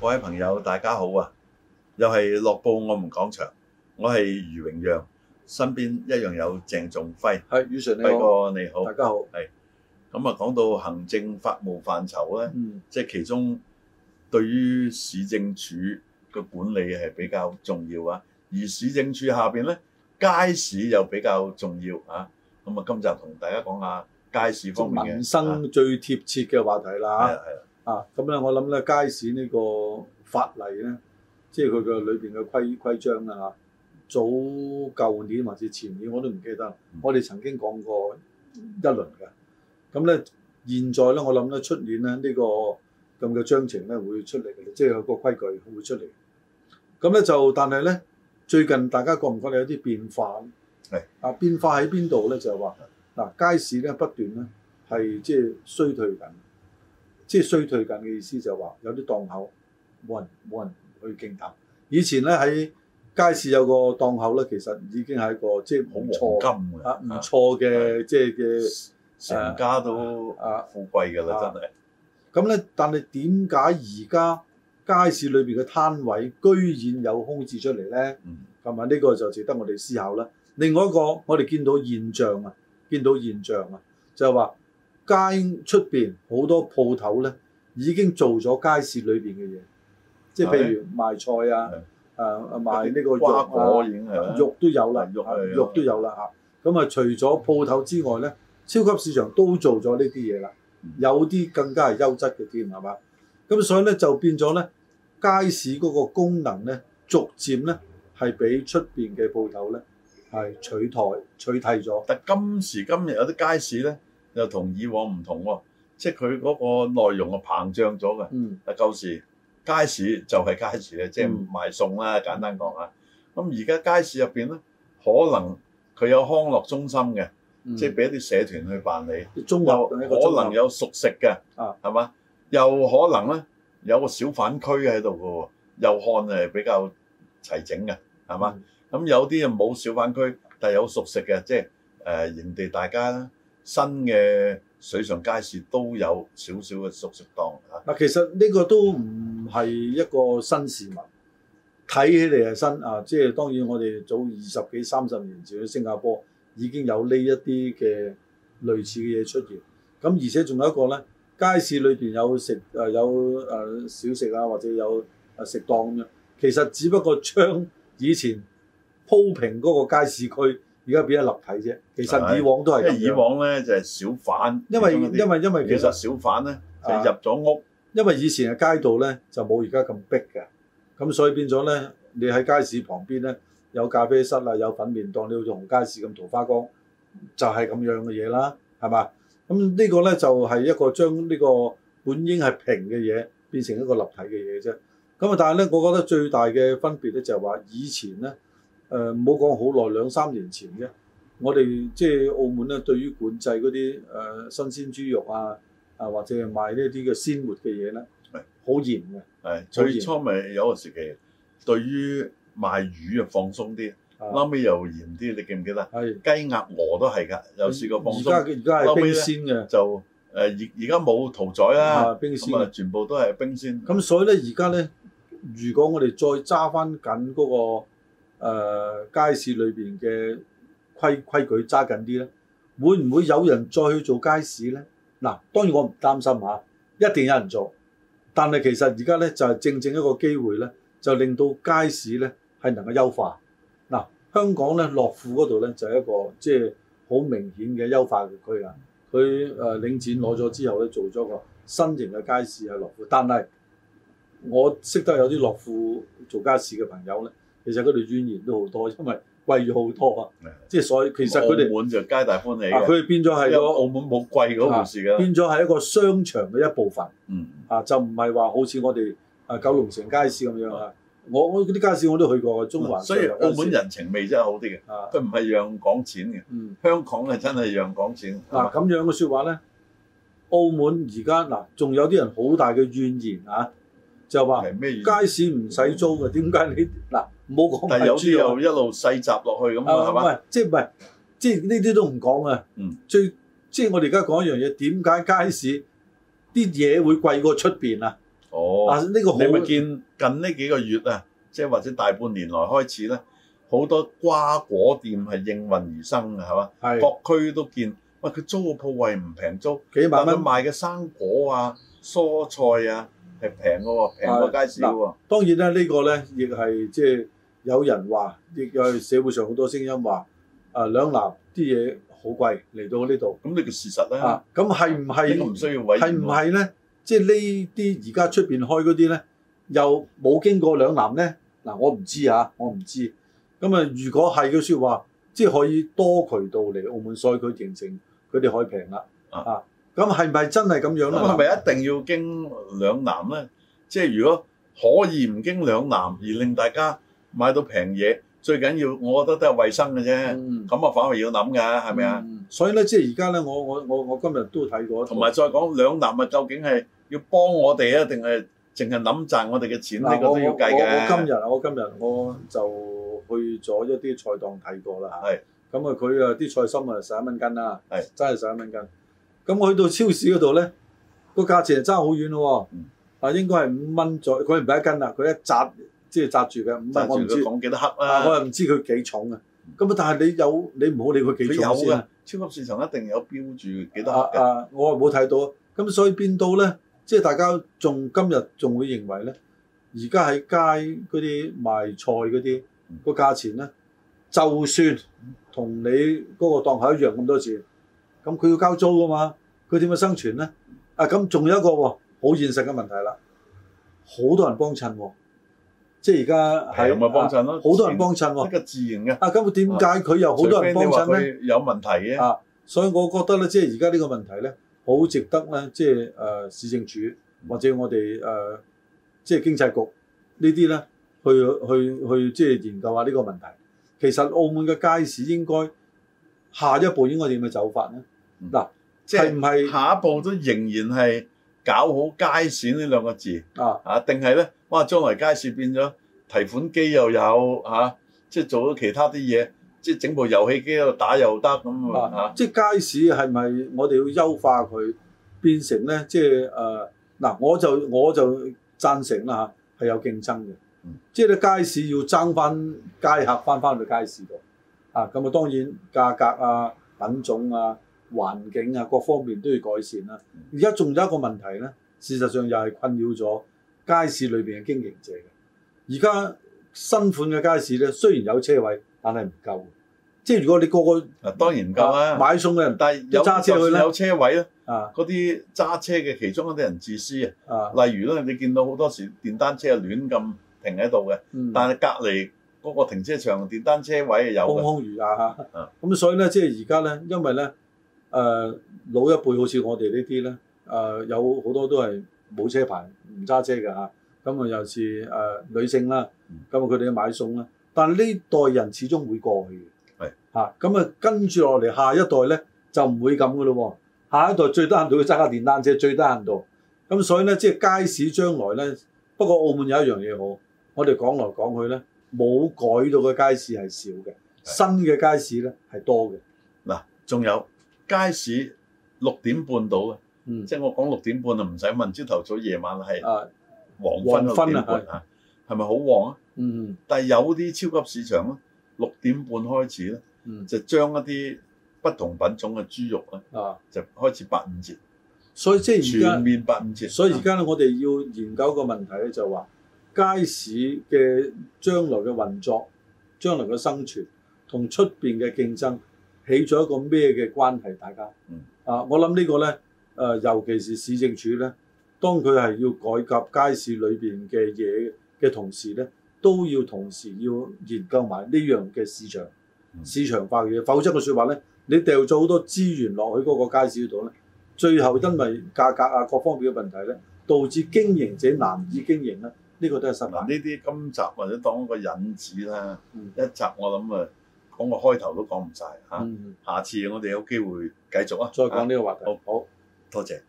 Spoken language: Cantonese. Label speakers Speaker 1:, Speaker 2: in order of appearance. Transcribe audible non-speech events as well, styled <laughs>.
Speaker 1: 位朋友，大家好啊！又係樂報我們講場，我係余榮陽，身邊一樣有鄭仲輝，
Speaker 2: 係，宇純你好，
Speaker 1: 輝哥你好。
Speaker 2: 大家好。
Speaker 1: 咁啊，講到行政法務範疇咧，
Speaker 2: 嗯，
Speaker 1: 即係其中對於市政署嘅管理係比較重要啊，而市政署下邊咧街市又比較重要啊。咁啊，今集同大家講下街市方面嘅
Speaker 2: 民
Speaker 1: 啊
Speaker 2: 生最貼切嘅話題
Speaker 1: 係
Speaker 2: 啦
Speaker 1: 啊係啊
Speaker 2: 嚇。啊，咁咧我諗咧街市呢個法例咧，即係佢嘅裏邊嘅規規章啦嚇。早舊年還是前年我都唔記得啦
Speaker 1: 嗯，
Speaker 2: 我哋曾經講過一輪嘅。咁咧現在咧我諗咧出年咧呢、呢個咁嘅章程咧會出嚟嘅，即係有個規矩會出嚟。咁咧就但係咧最近大家覺唔覺得有啲變化呢？
Speaker 1: 係
Speaker 2: 啊變化喺邊度咧？就係話嗱街市咧不斷咧係即係衰退緊，即係衰退緊嘅意思就係話有啲檔口冇人冇人去競投。以前咧喺街市有個檔口咧，其實已經係一個即係
Speaker 1: 好
Speaker 2: 唔錯
Speaker 1: 黃金嘅
Speaker 2: 啊唔錯嘅即係嘅。
Speaker 1: 成家都
Speaker 2: 啊
Speaker 1: 富貴㗎啦，
Speaker 2: 啊
Speaker 1: 真係。
Speaker 2: 咁咧，但係點解而家街市裏邊嘅攤位居然有空置出嚟咧？
Speaker 1: 嗯，
Speaker 2: 咁啊，呢個就值得我哋思考啦。另外一個，我哋見到現象啊，見到現象啊，就係話街出邊好多鋪頭咧已經做咗街市裏邊嘅嘢，即係譬如賣菜啊，誒誒賣呢個肉
Speaker 1: 瓜
Speaker 2: 啊
Speaker 1: 果已經係啦
Speaker 2: 肉都有啦，
Speaker 1: 肉
Speaker 2: 啊
Speaker 1: 係啊
Speaker 2: 肉都有啦嚇。咁啊，除咗鋪頭之外咧，超級市場都做咗呢啲嘢啦
Speaker 1: 嗯，
Speaker 2: 有啲更加係優質嘅添，係嘛？咁所以咧就變咗咧，街市嗰個功能咧，逐漸咧係俾出邊嘅鋪頭咧係取代取替咗。
Speaker 1: 但今時今日有啲街市咧，又同以往唔同喎、即係佢嗰個內容啊膨脹咗嘅。
Speaker 2: 嗯，
Speaker 1: 嗱，舊時街市就係街市咧，即係
Speaker 2: 嗯
Speaker 1: 賣餸啦，簡單講啊。咁而家街市入邊咧，可能佢有康樂中心嘅，
Speaker 2: 嗯
Speaker 1: 即係俾一啲社團去辦理，
Speaker 2: 中
Speaker 1: 又
Speaker 2: 國
Speaker 1: 可
Speaker 2: 一個綜合
Speaker 1: 能嗯有熟食嘅，
Speaker 2: 啊
Speaker 1: 係嘛？又可能咧有個小販區喺度嘅喎，又看係比較齊整嘅，係嘛？？
Speaker 2: 嗯
Speaker 1: 咁有啲啊冇小販區，但係有熟食嘅，即係誒、呃、營地大家啦新嘅水上街市都有少少嘅熟食檔啊嚇。
Speaker 2: 嗱，其實呢個都唔係一個新事物，睇起嚟係新啊！即係當然，我哋早二十幾、三十年前去新加坡已經有呢一啲嘅類似嘅嘢出現。咁而且仲有一個咧，街市裏邊有食誒、呃有誒、呃小食啊，或者有誒食檔咁樣。其實只不過將以前鋪平嗰個街市區，而家變咗立體啫。其實以往都
Speaker 1: 因
Speaker 2: 係
Speaker 1: 為
Speaker 2: 咁
Speaker 1: 以
Speaker 2: 樣，
Speaker 1: 往咧就係、小販，
Speaker 2: 因為
Speaker 1: 其中一啲
Speaker 2: 因為因為其
Speaker 1: 其
Speaker 2: 實
Speaker 1: 實小販咧就
Speaker 2: 啊
Speaker 1: 入咗屋，
Speaker 2: 因為以前嘅街道咧就冇而家咁逼嘅，咁所以變咗咧，你喺街市旁邊咧有咖啡室啊，有粉麵檔，你好似紅街市咁桃花江，就係、咁樣嘅嘢啦，係嘛？咁呢個咧就係、一個將呢個本應係平嘅嘢變成一個立體嘅嘢啫。咁啊，但係咧，我覺得最大嘅分別咧就係話以前咧，誒唔好講好耐，兩三年前啫，我哋即係澳門咧對於管制嗰啲誒新鮮豬肉啊。啊，或者係賣呢啲嘅鮮活嘅嘢咧
Speaker 1: 係，
Speaker 2: 好嚴嘅。
Speaker 1: 係
Speaker 2: 好嚴
Speaker 1: 最初咪有個時期，對於賣魚啊放鬆啲，
Speaker 2: 啊
Speaker 1: 後尾又嚴啲，你記唔記得？
Speaker 2: 係
Speaker 1: 雞鴨鵝都係㗎，有試過放
Speaker 2: 嗯而
Speaker 1: 鬆
Speaker 2: 家而家
Speaker 1: 後
Speaker 2: 係
Speaker 1: 尾
Speaker 2: 冰
Speaker 1: 咧
Speaker 2: 鮮嘅，
Speaker 1: 就誒而而家冇屠宰啦，
Speaker 2: 啊冰鮮
Speaker 1: 咁啊
Speaker 2: 嘅。
Speaker 1: 全部都係冰鮮。
Speaker 2: 咁所以咧，而家咧，如果我哋再揸翻緊嗰個、呃、街市裏邊嘅規規矩揸緊啲咧，會唔會有人再去做街市咧？嗱，當然我唔擔心嚇，一定有人做。但係其實而家咧就係、正正一個機會咧，就令到街市咧係能夠優化。嗱，香港咧樂富嗰度咧就係、一個即係好明顯嘅優化嘅區啊。佢誒、呃、領展攞咗之後咧，做咗個新型嘅街市喺樂富，但係我識得有啲樂富做街市嘅朋友咧，其實佢哋怨言都好多，因為貴咗好多啊。即係所以其實佢哋
Speaker 1: 澳門就皆大歡喜
Speaker 2: 啊，
Speaker 1: 嘅。
Speaker 2: 佢哋變咗係
Speaker 1: 因為
Speaker 2: 個啊
Speaker 1: 澳門冇貴嗰回事㗎啦。
Speaker 2: 變咗係一個商場嘅一部分
Speaker 1: 嗯，
Speaker 2: 啊，就唔係話好似我哋啊九龍城街市咁樣啊。我我嗰啲街市我都去過嘅，中環
Speaker 1: 所以
Speaker 2: 上環街
Speaker 1: 澳門
Speaker 2: 市
Speaker 1: 人情味真係好啲嘅，
Speaker 2: 啊，
Speaker 1: 佢唔係讓講錢嘅。
Speaker 2: 嗯
Speaker 1: 香港係真係讓講錢。係
Speaker 2: 嗱
Speaker 1: 嘛
Speaker 2: 啊咁樣嘅説話咧，澳門而家嗱仲有啲人好大嘅怨言啊，就話
Speaker 1: 係咩意思？
Speaker 2: 街市唔使租嘅，點解你嗱唔好講
Speaker 1: 但係有
Speaker 2: 賣豬
Speaker 1: 啲
Speaker 2: 肉啊
Speaker 1: 又一路細集落去咁啊，係
Speaker 2: 啊，唔
Speaker 1: 嘛？
Speaker 2: 係，即係唔係，即係呢啲都唔講啊。
Speaker 1: 嗯，
Speaker 2: 最即係我哋而家講一樣嘢，點解街市啲嘢會貴過出邊啊？
Speaker 1: 哦
Speaker 2: 啊，，呢、個好
Speaker 1: 你咪見近呢幾個月啊，即係或者大半年來開始咧，好多瓜果店係應運而生啊嘅，係嘛？
Speaker 2: 係
Speaker 1: 各區都見，喂，佢租個鋪位唔平租，
Speaker 2: 幾萬
Speaker 1: 但佢
Speaker 2: 蚊。
Speaker 1: 賣嘅生果啊、蔬菜啊係平嘅喎，平過街市嘅喎。
Speaker 2: 當然啦，呢、個咧亦係即係有人話，亦有社會上好多聲音話，啊兩男啲嘢好貴嚟到呢度
Speaker 1: 咁呢個事實咧，
Speaker 2: 啊
Speaker 1: 呢，
Speaker 2: 咁係唔
Speaker 1: 個唔
Speaker 2: 係
Speaker 1: 需要委
Speaker 2: 係
Speaker 1: 員
Speaker 2: 唔
Speaker 1: 喎。
Speaker 2: 係咧？即係呢啲而家出邊開嗰啲咧，又冇經過兩男咧？嗱、我唔知啊，我唔知。咁啊，如果係嘅説話，即係可以多渠道嚟澳門，所以佢形成佢哋可以平啦。
Speaker 1: 啊
Speaker 2: 啊，咁係咪真係咁樣
Speaker 1: 咁
Speaker 2: 咧？
Speaker 1: 係咪啊一定要經兩南咧？即係如果可以唔經兩南，而令大家買到平嘢，最緊要我覺得都係衞生嘅啫。
Speaker 2: 嗯
Speaker 1: 咁啊，反而要諗㗎，係咪啊？
Speaker 2: 嗯？所以咧，即係而家咧，我我我我今日都睇過一套
Speaker 1: 同埋再講兩男啊，究竟係要幫我哋啊，定係淨係諗賺我哋嘅錢？呢
Speaker 2: 嗱
Speaker 1: 個都要計
Speaker 2: 我我我今
Speaker 1: 嘅。
Speaker 2: 日我今日我就去咗一啲菜檔睇過啦嚇。
Speaker 1: 係。
Speaker 2: 咁啊，佢啊啲菜心啊十一蚊斤啦。
Speaker 1: 係。
Speaker 2: 真係十一蚊斤。咁我去到超市嗰度咧，個價錢係爭好遠咯喎
Speaker 1: 嗯。
Speaker 2: 啊，應該係五蚊左，佢唔係一斤啦，佢一紮即係紮住嘅五
Speaker 1: 揸
Speaker 2: 蚊，我唔
Speaker 1: 住佢
Speaker 2: 知。
Speaker 1: 講幾多克
Speaker 2: 啊，
Speaker 1: 啦，
Speaker 2: 我又唔知佢幾重嘅。咁啊，但係你有你唔好理佢
Speaker 1: 佢
Speaker 2: 幾
Speaker 1: 有
Speaker 2: 重先
Speaker 1: 嘅
Speaker 2: 啊。。
Speaker 1: 超級市場一定有標住幾多 <laughs>
Speaker 2: 啊
Speaker 1: 克嘅。
Speaker 2: 啊，我冇睇到。咁所以變到咧，即係大家仲今日仲會認為咧，而家喺街嗰啲賣菜嗰啲
Speaker 1: 嗯
Speaker 2: 個價錢咧，就算同你嗰個檔口一樣咁多錢，咁佢要交租噶嘛，佢點樣生存咧？啊，咁仲有一個喎，好現實嘅問題啦，好多人幫襯喎，即係而家
Speaker 1: 係
Speaker 2: 啊係
Speaker 1: 咪幫襯咯？啊
Speaker 2: 好多人幫襯
Speaker 1: 呢
Speaker 2: 喎。
Speaker 1: 個自然嘅。
Speaker 2: 啊，咁點解佢又好多人幫襯
Speaker 1: 除非
Speaker 2: 咧？
Speaker 1: 你話佢有問題嘅。
Speaker 2: 啊所以我覺得咧，即係而家呢個問題咧，好值得咧，即係誒、呃市政署或者我哋誒、呃即係經濟局呢啲咧，去去去即係研究下呢個問題。其實澳門嘅街市應該下一步應該點嘅走法咧？
Speaker 1: 嗯
Speaker 2: 嗱、
Speaker 1: 即
Speaker 2: 係
Speaker 1: 係
Speaker 2: 唔係
Speaker 1: 下一步都仍然係搞好街市呢兩個字
Speaker 2: 啊？
Speaker 1: 啊，定係咧？哇！將來街市變咗提款機又有啊，即係做咗其他啲嘢，即係整部遊戲機喺度打又得咁啊
Speaker 2: 啊
Speaker 1: 啊！，
Speaker 2: 即係街市係咪我哋要優化佢，變成咧即係誒嗱，我就我就贊成啦嚇，係有競爭嘅
Speaker 1: 嗯，
Speaker 2: 即係咧街市要爭翻街客翻翻去街市度啊，咁啊當然價格啊、品種啊、環境啊各方面都要改善啦。而家仲有一個問題咧，事實上又係困擾咗街市裏邊嘅經營者嘅。而家新款嘅街市咧，雖然有車位，但係唔夠嘅。即係如果你個個
Speaker 1: 嗱，啊當然唔夠啦。
Speaker 2: 買餸嘅人
Speaker 1: 但係有
Speaker 2: 揸車去
Speaker 1: 就
Speaker 2: 啦
Speaker 1: 算有車位咧，
Speaker 2: 啊
Speaker 1: 嗰啲揸車嘅其中一啲人自私
Speaker 2: 啊，
Speaker 1: 啊。例如咧，你見到好多時電單車係亂咁停喺度嘅，
Speaker 2: 嗯
Speaker 1: 但係隔離嗰個停車場電單車位係有
Speaker 2: 空
Speaker 1: 嘅。
Speaker 2: 空如也嚇
Speaker 1: 啊。
Speaker 2: 咁所以咧，即係而家咧，因為咧，誒、老一輩好似我哋呢啲咧，誒、有好多都係冇車牌唔揸車嘅嚇。咁啊，尤其是誒、女性啦，
Speaker 1: 嗯
Speaker 2: 咁啊佢哋買餸啦，但係呢代人始終會過去嘅。
Speaker 1: 係
Speaker 2: 嚇，咁啊跟住落嚟下一代咧就唔會咁嘅咯喎。下一代最低限度要揸架電單車，最低限度。咁所以咧，即係街市將來咧，不過澳門有一樣嘢好，我哋講來講去咧，冇改到嘅街市係少嘅，新嘅街市咧係多嘅。
Speaker 1: 嗱，仲有街市六點半到嘅，
Speaker 2: 嗯，
Speaker 1: 即係我講六點半啊，唔使問，朝頭早夜晚係
Speaker 2: 啊，
Speaker 1: 黃
Speaker 2: 黃
Speaker 1: 昏
Speaker 2: 昏
Speaker 1: 六點
Speaker 2: 啊
Speaker 1: 半啊，係咪好旺啊？
Speaker 2: 嗯
Speaker 1: 但係有啲超級市場咧，六點半開始咧，
Speaker 2: 嗯
Speaker 1: 就將一啲不同品種嘅豬肉咧，
Speaker 2: 啊，
Speaker 1: 就開始八五折，
Speaker 2: 所以即係而
Speaker 1: 全
Speaker 2: 家，
Speaker 1: 面八五折。
Speaker 2: 所以而家咧，我哋要研究一個問題咧，就話街市嘅將來嘅運作、將來嘅生存同出邊嘅競爭起咗一個咩嘅關係？大家，
Speaker 1: 嗯
Speaker 2: 啊，我諗呢個咧，誒、尤其是市政署咧，當佢係要改革街市裏邊嘅嘢嘅同時咧，都要同時要研究埋呢樣嘅市場。
Speaker 1: 嗯
Speaker 2: 市場化嘅嘢，否則嘅説話咧，你掉咗好多資源落去嗰個街市度咧，最後因為價格啊各方面嘅問題咧，導致經營者難以經營咧，呢、個都係失
Speaker 1: 嗱，呢
Speaker 2: 敗。
Speaker 1: 啲今集或者當一個引子啦，
Speaker 2: 啊嗯
Speaker 1: 一集我諗啊講個開頭都講唔晒嚇，
Speaker 2: 嗯，
Speaker 1: 下次我哋有機會繼續啊，
Speaker 2: 再講呢個話題
Speaker 1: 好。
Speaker 2: 好
Speaker 1: 多謝。